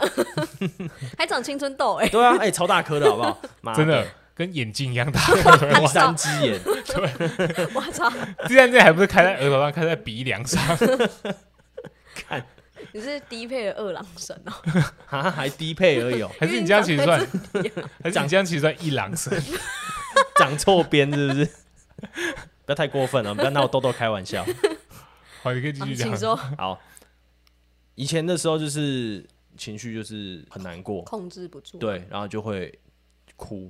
Speaker 2: 还长青春痘哎、
Speaker 3: 对啊，哎、超大颗的好不好？妈
Speaker 1: 真的跟眼睛一样大。
Speaker 3: 第三只眼，
Speaker 2: 我操！
Speaker 1: 第三针还不是开在额头上，开在鼻梁上，
Speaker 2: 你是低配的二郎神哦、
Speaker 3: 哈啊还低配而已哦，
Speaker 1: 还是你这样其实算，还是你
Speaker 3: 长
Speaker 1: 这样其实算一郎神？
Speaker 3: 长错边是不是？不要太过分了，哦不要拿我痘痘开玩笑。
Speaker 1: 好，你可以继
Speaker 2: 啊
Speaker 1: 续讲
Speaker 2: 请。说
Speaker 3: 好，以前的时候就是情绪就是很难过，
Speaker 2: 控制不住。，
Speaker 3: 对，然后就会哭。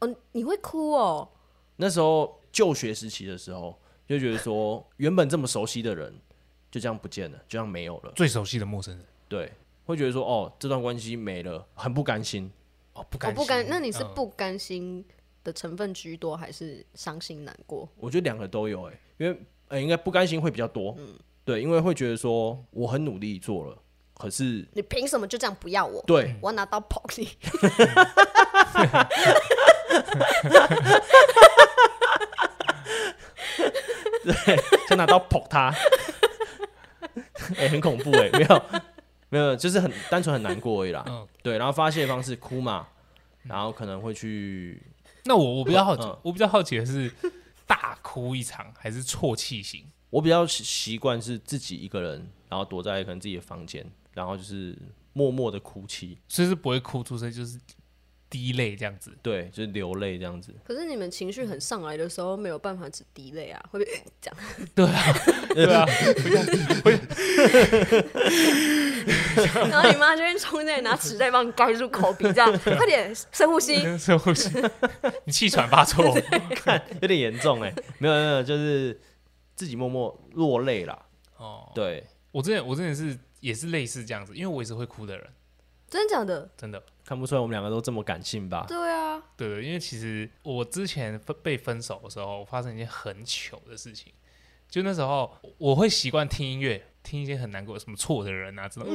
Speaker 2: 哦，你会哭哦，
Speaker 3: 那时候就学时期的时候，就觉得说，原本这么熟悉的人，就这样不见了，就这样没有了。
Speaker 1: 最熟悉的陌生人，
Speaker 3: 对，会觉得说哦，这段关系没了，很不甘心。
Speaker 1: 哦，不
Speaker 2: 我
Speaker 1: 甘心，
Speaker 2: 不甘，那你是
Speaker 1: 嗯
Speaker 2: 不甘心的成分居多，还是伤心难过？
Speaker 3: 我觉得两个都有哎、因为呃应该不甘心会比较多，对，因为会觉得说我很努力做了，可是
Speaker 2: 你凭什么就这样不要我？
Speaker 3: 对
Speaker 2: 我要拿刀剖你！
Speaker 3: 就拿刀剖他， 哎、很恐怖哎、没有没有，就是很单纯很难过而已啦，
Speaker 1: 嗯
Speaker 3: 对，然后发泄方式哭嘛，然后可能会去
Speaker 1: 那我我比较好奇，
Speaker 3: 嗯
Speaker 1: 我比较好奇的是大哭一场还是啜泣型？
Speaker 3: 我比较习习惯是自己一个人，然后躲在可能自己的房间，然后就是默默的哭泣，
Speaker 1: 所以是不会哭出声，就是滴泪这样子。
Speaker 3: 对，就是流泪这样子。
Speaker 2: 可是你们情绪很上来的时候，没有办法只滴泪啊，会不会这样？
Speaker 1: 对啊，
Speaker 2: 然后你妈就会冲进来拿纸袋帮你盖住口鼻，这样快点深呼吸。
Speaker 1: 深呼吸，你气喘发作，
Speaker 3: 有点严重哎、没有没有没有，就是自己默默落泪啦。
Speaker 1: 哦，
Speaker 3: 对，
Speaker 1: 我真的我真的是也是类似这样子，因为我也是会哭的人，
Speaker 2: 真的假的？
Speaker 1: 真的。
Speaker 3: 看不出来我们两个都这么感性吧？
Speaker 2: 对啊，
Speaker 1: 对对，因为其实我之前分被分手的时候，发生一件很糗的事情，就那时候我会习惯听音乐，听一些很难过什么错的 人啊，这种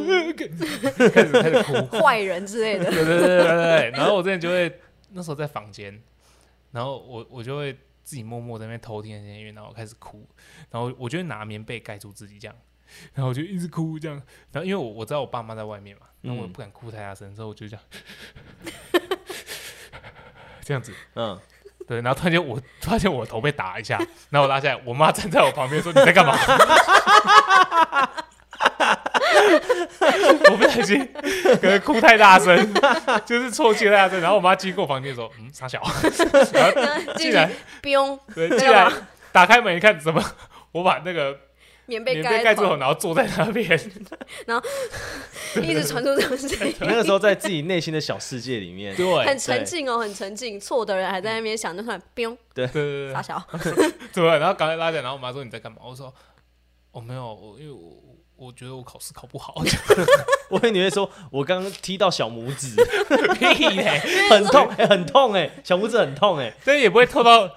Speaker 1: 开始开始哭，
Speaker 2: 坏人之类的。
Speaker 1: 对对对对对对。然后我之前就会那时候在房间，然后我我就会自己默默在那边偷听那些音乐，然后我开始哭，然后我就会拿棉被盖住自己这样，然后我就一直哭这样。然后因为我我知道我爸妈在外面嘛，然后我也
Speaker 3: 嗯
Speaker 1: 不敢哭太大声，所以我就这样 这样子。
Speaker 3: 嗯，
Speaker 1: 对，然后突然间我发现我头被打一下，然后我拉下来，我妈站在我旁边说：“你在干嘛？” 我不小心可能哭太大声，就是啜泣太大声，然后我妈经过我房间的时候，嗯，傻小，然后 竟
Speaker 2: 进去
Speaker 1: 然
Speaker 2: 不用
Speaker 1: 对，
Speaker 2: 在
Speaker 1: 竟
Speaker 2: 干
Speaker 1: 然
Speaker 2: 嘛
Speaker 1: 打开门一看，怎么我把那个
Speaker 2: 棉
Speaker 1: 棉
Speaker 2: 被
Speaker 1: 被
Speaker 2: 盖
Speaker 1: 盖住后，然后坐在那边，
Speaker 2: 一直传出这种声音
Speaker 3: 你。那个时候在自己内心的小世界里面，
Speaker 1: 对
Speaker 2: 很沉静哦，很沉静。错的人还在那边想，就突然不用
Speaker 1: 对对对
Speaker 2: 傻，小，
Speaker 1: 对，然后赶快拉起来，然后我妈说：“你在干嘛？”我说：“我没有，我因为我我觉得我考试考不好，
Speaker 3: 我以为你会说，我刚刚踢到小拇指，
Speaker 1: 屁嘞。”
Speaker 3: 很痛，哎、很痛哎、小拇指很痛哎、
Speaker 1: 但也不会痛到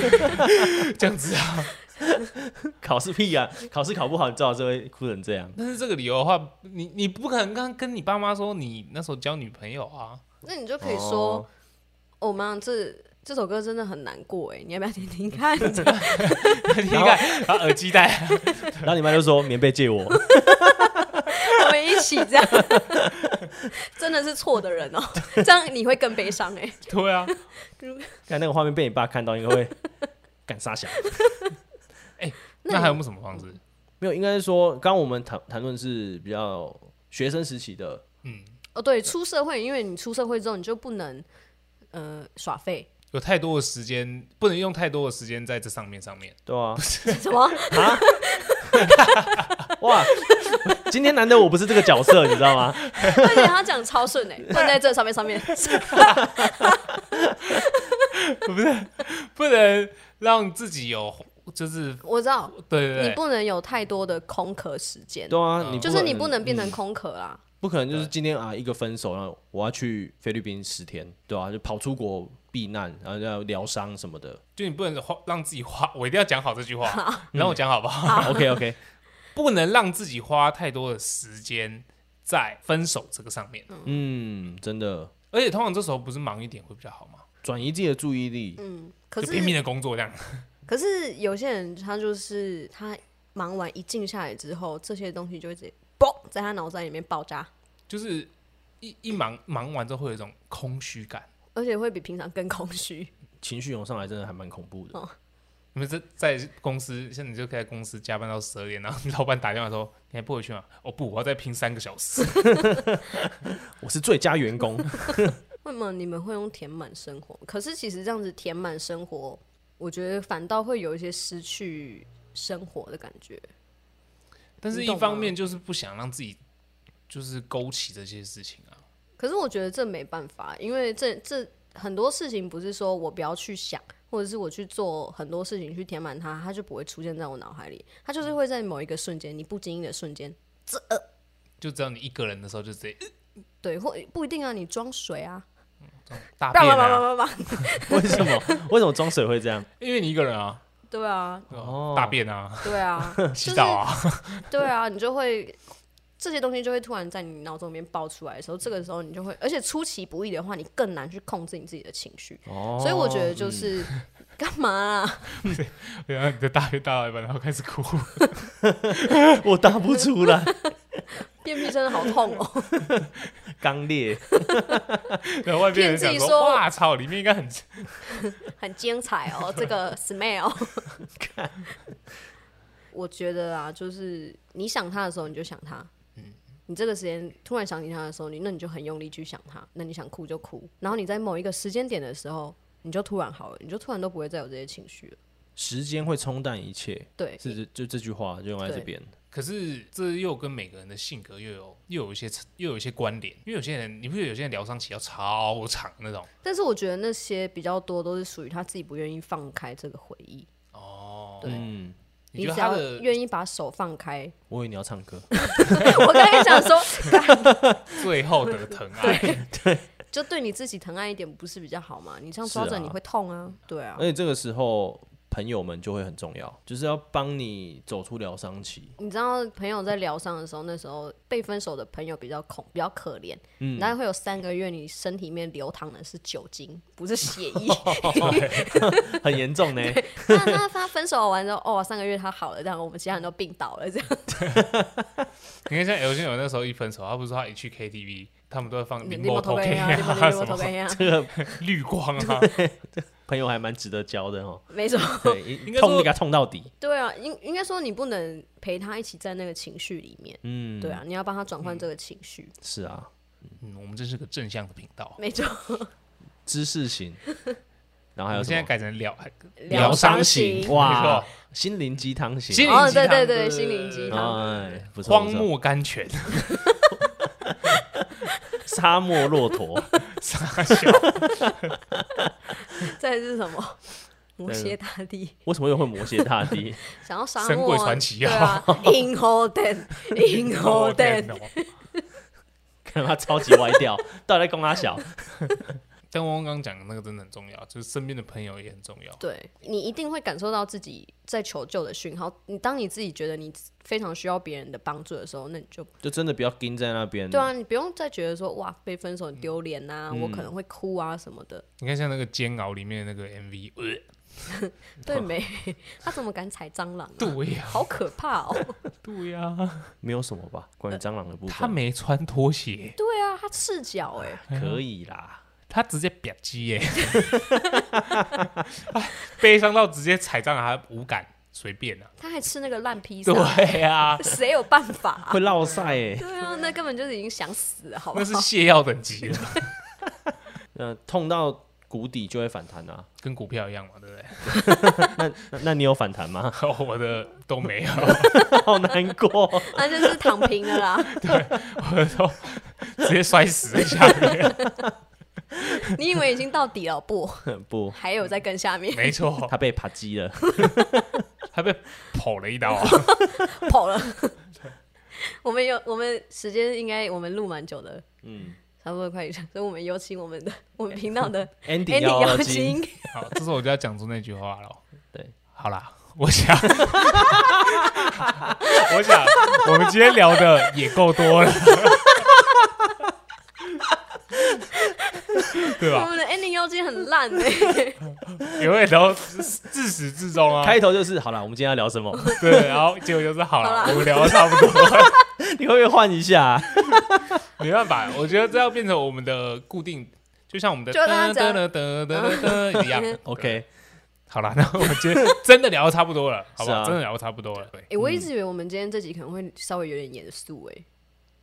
Speaker 1: 这样子啊。
Speaker 3: 考试屁啊，考试考不好，你最好是会哭成这样。
Speaker 1: 但是这个理由的话，你你不可能刚跟你爸妈说你那时候交女朋友啊，
Speaker 2: 那你就可以说
Speaker 3: 哦，
Speaker 2: 哦妈，这这首歌真的很难过哎，你要不要听听看？
Speaker 1: 你看把耳机戴，
Speaker 3: 然后你妈就说棉被借我，
Speaker 2: 我们一起 这样，真的是错的人哦，这样你会更悲伤哎。
Speaker 1: 对啊，
Speaker 3: 看那个画面被你爸看到，应该会敢撒小。
Speaker 1: 那还有没有什么方式？
Speaker 3: 没有，应该是说，刚刚我们谈谈论是比较学生时期的，
Speaker 1: 嗯，
Speaker 2: 哦，对，出社会，因为你出社会之后，你就不能呃耍废，
Speaker 1: 有太多的时间，不能用太多的时间在这上面上面。
Speaker 3: 对啊，
Speaker 2: 什么？
Speaker 3: 啊，哇，今天难得我不是这个角色，你知道吗？
Speaker 2: 而且他讲超顺哎，放在这上面上 面，
Speaker 1: 不是，不能让自己有就是
Speaker 2: 我知道
Speaker 1: 对
Speaker 2: 你
Speaker 1: 对对，
Speaker 2: 不能有太多的空壳时间，
Speaker 3: 对啊，你
Speaker 2: 就是你不
Speaker 3: 不
Speaker 2: 能变成
Speaker 1: 嗯
Speaker 2: 空壳啦。
Speaker 3: 不可能就是今天啊一个分手，然后我要去菲律宾十天，对啊，就跑出国避难，然后要疗伤什么的。
Speaker 1: 就你不能花让自己花，我一定要讲好这句话，你让我讲好不好？
Speaker 2: 啊
Speaker 3: OK OK，
Speaker 1: 不能让自己花太多的时间在分手这个上面。
Speaker 3: 嗯，真的
Speaker 1: 而且通常这时候不是忙一点会比较好吗？
Speaker 3: 转移自己的注意力，
Speaker 2: 嗯，可
Speaker 1: 就是拼命的工作这样。
Speaker 2: 可是有些人他就是他忙完一静下来之后，这些东西就会直接嘣在他脑袋里面爆炸，
Speaker 1: 就是一一忙忙完之后会有一种空虚感。
Speaker 2: 而且会比平常更空虚。
Speaker 3: 情绪涌上来，真的还蛮恐
Speaker 2: 哦
Speaker 3: 怖的。
Speaker 1: 你们这在公司，像你就可以在公司加班到十二点，然后你老板打电话说：“你还不回去吗？”哦不，我要再拼三个小时。
Speaker 3: 我是最佳 员工，
Speaker 2: 为什么你们会用填满生活？可是其实这样子填满生活，我觉得反倒会有一些失去生活的感觉。
Speaker 1: 但是一方面就是不想让自己就是勾起这些事情啊。
Speaker 2: 可是我觉得这没办法，因为这这很多事情不是说我不要去想，或者是我去做很多事情去填满它，它就不会出现在我脑海里，它就是会在某一个瞬间，你不经意的瞬间，这、
Speaker 1: 就只有你一个人的时候，就直接
Speaker 2: 对，或不一定啊，你装水啊，
Speaker 1: 大
Speaker 2: 叭
Speaker 1: 便
Speaker 2: 叭叭
Speaker 1: 啊，
Speaker 2: 叭叭叭，
Speaker 3: 为什么？为什么装水会这样？
Speaker 1: 因为你一个人啊，
Speaker 2: 对啊，
Speaker 3: 哦
Speaker 1: 大便啊，
Speaker 2: 对啊，
Speaker 1: 洗澡啊，
Speaker 2: 对啊，你就会这些东西就会突然在你脑中里面爆出来的时候，这个时候你就会，而且出其不意的话，你更难去控制你自己的情绪。
Speaker 3: 哦
Speaker 2: 所以我觉得就是干嘛啊？
Speaker 1: 然后你的大便大到一半，然后开始哭，
Speaker 3: 我答不出来，
Speaker 2: 便秘真的好痛哦！
Speaker 3: 刚烈。
Speaker 1: 然后外面人
Speaker 2: 骗自
Speaker 1: 想
Speaker 2: 己
Speaker 1: 说，
Speaker 2: 说
Speaker 1: 哇操，里面应该很
Speaker 2: 很精彩哦，这个 smell。我觉得啊，就是你想他的时候，你就想他。你这个时间突然想起他的时候，你那你就很用力去想他。那你想哭就哭，然后你在某一个时间点的时候，你就突然好了，你就突然都不会再有这些情绪了。
Speaker 3: 时间会冲淡一切，
Speaker 2: 对，
Speaker 3: 是这就这句话就用在这边。
Speaker 1: 可是这又跟每个人的性格又有又有一些又有一些关联，因为有些人，你不觉得有些人疗伤期要超长那种？
Speaker 2: 但是我觉得那些比较多都是属于他自己不愿意放开这个回忆。哦，对，
Speaker 3: 嗯，
Speaker 1: 你
Speaker 2: 你
Speaker 1: 觉得
Speaker 2: 只
Speaker 1: 他
Speaker 2: 要
Speaker 1: 的
Speaker 2: 愿意把手放开，
Speaker 3: 我以为你要唱歌，
Speaker 2: 我刚才想说，
Speaker 1: 最后的疼爱，
Speaker 2: 就对你自己疼爱一点，不是比较好吗？你这样
Speaker 3: 是
Speaker 2: 抓着
Speaker 3: 啊哎
Speaker 2: 你会痛啊，对啊
Speaker 3: 而。且这个时候朋友们就会很重要，就是要帮你走出疗 伤期。
Speaker 2: 你知道朋友在疗伤的时候，那时候被分手的朋友比较恐，比较可怜，
Speaker 3: 嗯
Speaker 2: 然后会有三个月你身体里面流淌的是酒精，不是血液。
Speaker 3: 很严重呢。
Speaker 2: 那他他分手完之后，哦，三个月他好了，这样我们其他人都病倒了，这样
Speaker 1: 你看像 L 先友那时候一分手，他不是说他一去 KTV，他们都在放
Speaker 2: 你
Speaker 1: 檬
Speaker 2: 头
Speaker 1: 头
Speaker 2: 跟
Speaker 1: K
Speaker 2: 呀，你们头
Speaker 1: 什么
Speaker 2: 跟呀，
Speaker 3: 这个
Speaker 1: 绿光啊，
Speaker 3: 朋友还蛮值得交的 哦。
Speaker 2: 没错。
Speaker 3: 对，
Speaker 1: 应
Speaker 3: 一
Speaker 1: 该说
Speaker 3: 痛就给他痛到底。
Speaker 2: 对啊，应应该说你不能陪他一起在那个情绪里面，
Speaker 3: 嗯，
Speaker 2: 对，啊，你要帮他转换这个情绪，
Speaker 3: 是啊，
Speaker 1: 嗯，我们真是个正向的频道。
Speaker 2: 没错。
Speaker 3: 知识型。然后
Speaker 1: 我
Speaker 3: 还有
Speaker 1: 们现在
Speaker 3: 什么？
Speaker 1: 改成疗
Speaker 2: 疗伤型
Speaker 3: 哇，心灵鸡汤型。
Speaker 1: 心灵
Speaker 2: 哦，
Speaker 1: 鸡汤
Speaker 2: 对对
Speaker 1: 对
Speaker 2: 对，
Speaker 1: 对
Speaker 2: 心灵鸡汤，
Speaker 3: 哎，不错
Speaker 1: 荒
Speaker 3: 不错
Speaker 1: 漠甘泉，
Speaker 3: 沙漠骆驼，
Speaker 1: 傻笑，
Speaker 2: 再来是什么？摩
Speaker 3: 对
Speaker 2: 羯大帝
Speaker 3: 为什么又会摩羯大帝？
Speaker 2: 想要沙
Speaker 1: 神
Speaker 2: 漠
Speaker 1: 鬼
Speaker 2: 啊，
Speaker 1: 传奇
Speaker 2: 对啊，In Holden In
Speaker 1: 我天
Speaker 2: Holden，
Speaker 1: 哦
Speaker 3: 看他超级歪掉，到底在攻他小？
Speaker 1: 但汪汪刚刚讲的那个真的很重要，就是身边的朋友也很重要。
Speaker 2: 对你一定会感受到自己在求救的讯号。你当你自己觉得你非常需要别人的帮助的时候，那你就
Speaker 3: 就真的不要盯在那边。
Speaker 2: 对啊，你不用再觉得说哇被分手很丢脸呐，我可能会哭啊什么的。
Speaker 1: 你看像那个《煎熬》里面的那个 MV，呃
Speaker 2: 对没？ 他怎么敢踩蟑 螂啊？
Speaker 1: 对呀，
Speaker 2: 好可怕哦！
Speaker 1: 对呀，
Speaker 3: 没有什么吧？关于蟑螂的部分，
Speaker 1: 他没穿拖鞋，
Speaker 2: 对啊，他赤脚哎、
Speaker 3: 可以
Speaker 1: 啊
Speaker 3: 啦。
Speaker 1: 他直接瘪鸡 耶，悲伤到直接踩蟑螂还无感，随便啊。
Speaker 2: 他还吃那个烂披萨，
Speaker 1: 对 呀，
Speaker 2: 谁有办法啊、
Speaker 3: 会落晒欸诶，
Speaker 2: 对啊，那根本就是已经想死了，好不
Speaker 1: 那
Speaker 2: 好？
Speaker 1: 是泻药等级了，
Speaker 3: 那痛到谷底就会反弹啊。
Speaker 1: 跟股票一样嘛，对不对？
Speaker 3: 那那你有反弹吗？
Speaker 1: 我的都没有，
Speaker 3: 好难过，
Speaker 2: 那就是躺平了啦。
Speaker 1: 我的都直接摔死在下面。
Speaker 2: 你以为已经到底了不？
Speaker 3: 不，
Speaker 2: 还有在更下面
Speaker 1: 没错，
Speaker 3: 他被扒鸡了。
Speaker 1: 他被剖了一刀啊。
Speaker 2: 跑了。 我们有我们时间应该我们录蛮久的，
Speaker 3: 嗯
Speaker 2: 差不多快一小时，所以我们有请我们的我们频道的
Speaker 3: ，Andy
Speaker 2: Andy
Speaker 3: 妖
Speaker 2: 妖
Speaker 3: 精，
Speaker 2: 精，
Speaker 1: 好，这时候我就要讲出那句话了。
Speaker 3: 对，
Speaker 1: 好啦，我想， 我想，我们今天聊的也够多了，对
Speaker 2: 我
Speaker 1: 吧？
Speaker 2: 们的 Andy 妖精很烂哎、
Speaker 1: 因为然后自始至终啊，
Speaker 3: 开头就是好了。我们今天要聊什么？
Speaker 1: 对，然后结果就是好
Speaker 2: 好
Speaker 1: 了
Speaker 2: 啦，
Speaker 1: 我们聊的差不多了，
Speaker 3: 你会不会换一下啊？
Speaker 1: 没办法，我觉得这要变成我们的固定，就像我们的
Speaker 2: 就让它讲嗯
Speaker 1: 噔噔噔噔噔一 样。
Speaker 3: OK，
Speaker 1: 好啦，那我觉得真的聊的差不多了，好不
Speaker 3: 是
Speaker 1: 好？
Speaker 3: 啊
Speaker 1: 真的聊的差不多了，对。
Speaker 2: 欸我一直以为我们今天这集可能会稍微有点严肃哎，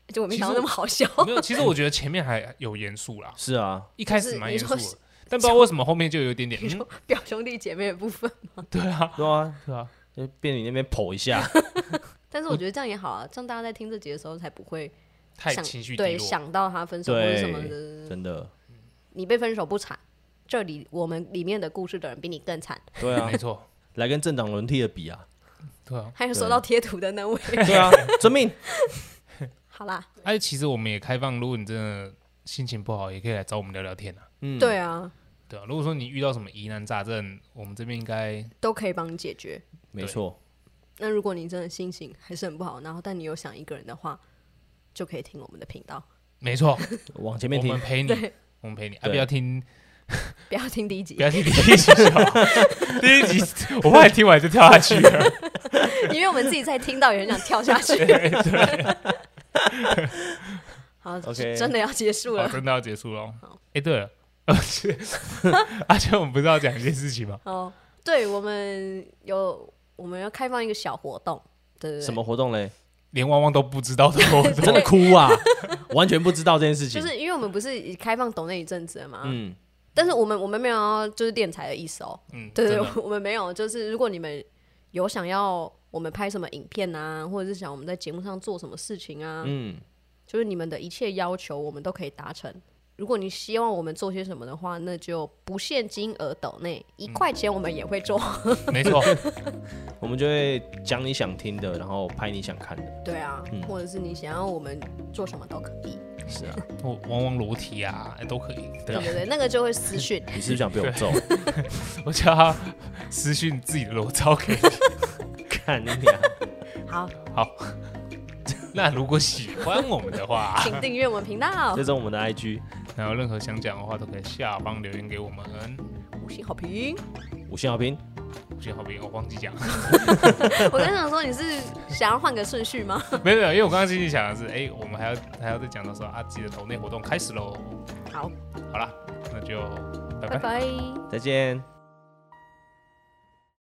Speaker 2: 结果没想到那么好笑。
Speaker 1: 没有，其实我觉得前面还有严肃啦，
Speaker 3: 是啊，
Speaker 1: 一开始蛮严肃
Speaker 2: 就是你
Speaker 1: 的，但不知道为什么后面就有一点点，嗯
Speaker 2: 表兄弟姐妹的部分，
Speaker 1: 对啊，
Speaker 3: 对啊，
Speaker 1: 对啊，
Speaker 3: 就变你那边剖一下，
Speaker 2: 但是
Speaker 1: 嗯
Speaker 2: 我觉得这样也好啊，这样大家在听这集的时候才不会
Speaker 1: 太
Speaker 2: 想
Speaker 1: 情绪低
Speaker 2: 对
Speaker 1: 落。
Speaker 2: 想到他分手或者什么
Speaker 3: 对
Speaker 2: 的。，
Speaker 3: 真的，
Speaker 2: 你被分手不惨，这里我们里面的故事的人比你更惨。
Speaker 3: 对啊
Speaker 1: 没，错，
Speaker 3: 来跟政党轮替的比啊，
Speaker 1: 对啊，
Speaker 2: 还有收到贴图的那位，
Speaker 3: 对啊，遵命，
Speaker 2: 好啦，
Speaker 1: 哎，其实我们也开放，如果你真的心情不好，也可以来找我们聊聊天啊。
Speaker 3: 嗯，
Speaker 2: 对啊，
Speaker 1: 对啊，如果说你遇到什么疑难杂症，我们这边应该
Speaker 2: 都可以帮你解决。
Speaker 3: 没错，
Speaker 2: 那如果你真的心情还是很不好，然后但你又想一个人的话，就可以听我们的频道，
Speaker 1: 没错，
Speaker 3: 往前面
Speaker 1: 我
Speaker 3: 听
Speaker 1: 们，陪你，我们陪你，啊，
Speaker 3: 对
Speaker 1: 不要听，
Speaker 2: 不要听第一集
Speaker 1: 不，要听第一集笑， 第一集我怕你听完就跳下去了。
Speaker 2: 因为我们自己在听到也很想跳下去。 好
Speaker 3: OK
Speaker 2: 真的要结束
Speaker 1: 好，
Speaker 2: 了。
Speaker 1: 哦真的要结束喽。哎，对了， 而且而且我们不是要讲一件事情吗？
Speaker 2: 哦，对，我们有我们要开放一个小活动，对对对，
Speaker 3: 什么活动嘞？
Speaker 1: 连汪汪都不知道的活动，
Speaker 3: 真的哭啊，完全不知道这件事情。
Speaker 2: 就是因为我们不是已开放抖那一阵子了嘛，
Speaker 3: 嗯，
Speaker 2: 但是我们我们没有要就是电台的意思哦，
Speaker 1: 嗯，
Speaker 2: 对
Speaker 1: 真
Speaker 2: 对
Speaker 1: 的，
Speaker 2: 我们没有，就是如果你们有想要我们拍什么影片啊，或者是想我们在节目上做什么事情啊，
Speaker 3: 嗯，
Speaker 2: 就是你们的一切要求，我们都可以达成。如果你希望我们做些什么的话，那就不限金额抖内，一块钱我们也会做。
Speaker 1: 没错，
Speaker 3: 我们就会讲你想听的，然后拍你想看的。
Speaker 2: 对啊，或者是你想要我们做什么都可以，
Speaker 3: 是啊，
Speaker 1: 我汪汪裸体啊，哎都可以。对
Speaker 2: 对
Speaker 1: 啊
Speaker 2: 对对，那个就会私讯。
Speaker 3: 你是不是想被我揍？
Speaker 1: 我叫他私讯自己的裸照给你。
Speaker 3: 看你啊俩，
Speaker 2: 好，
Speaker 1: 那如果喜欢我们的话，
Speaker 2: 请订阅我们频 道
Speaker 3: 追，踪我们的 IG
Speaker 1: 然后任何想讲的话都可以下方留言给我们。
Speaker 2: 五星好评。
Speaker 3: 五星好评。
Speaker 1: 五星好评，我忘记讲，
Speaker 2: 我刚想说你是想要换个顺序吗？
Speaker 1: 没有没有，因为我刚刚心里想的是，哎、我们还要还要再讲到说啊，自己的投内活动开始喽。
Speaker 2: 好，
Speaker 1: 好啦，那就拜
Speaker 2: 拜
Speaker 1: 拜。
Speaker 2: 拜。
Speaker 3: 再见。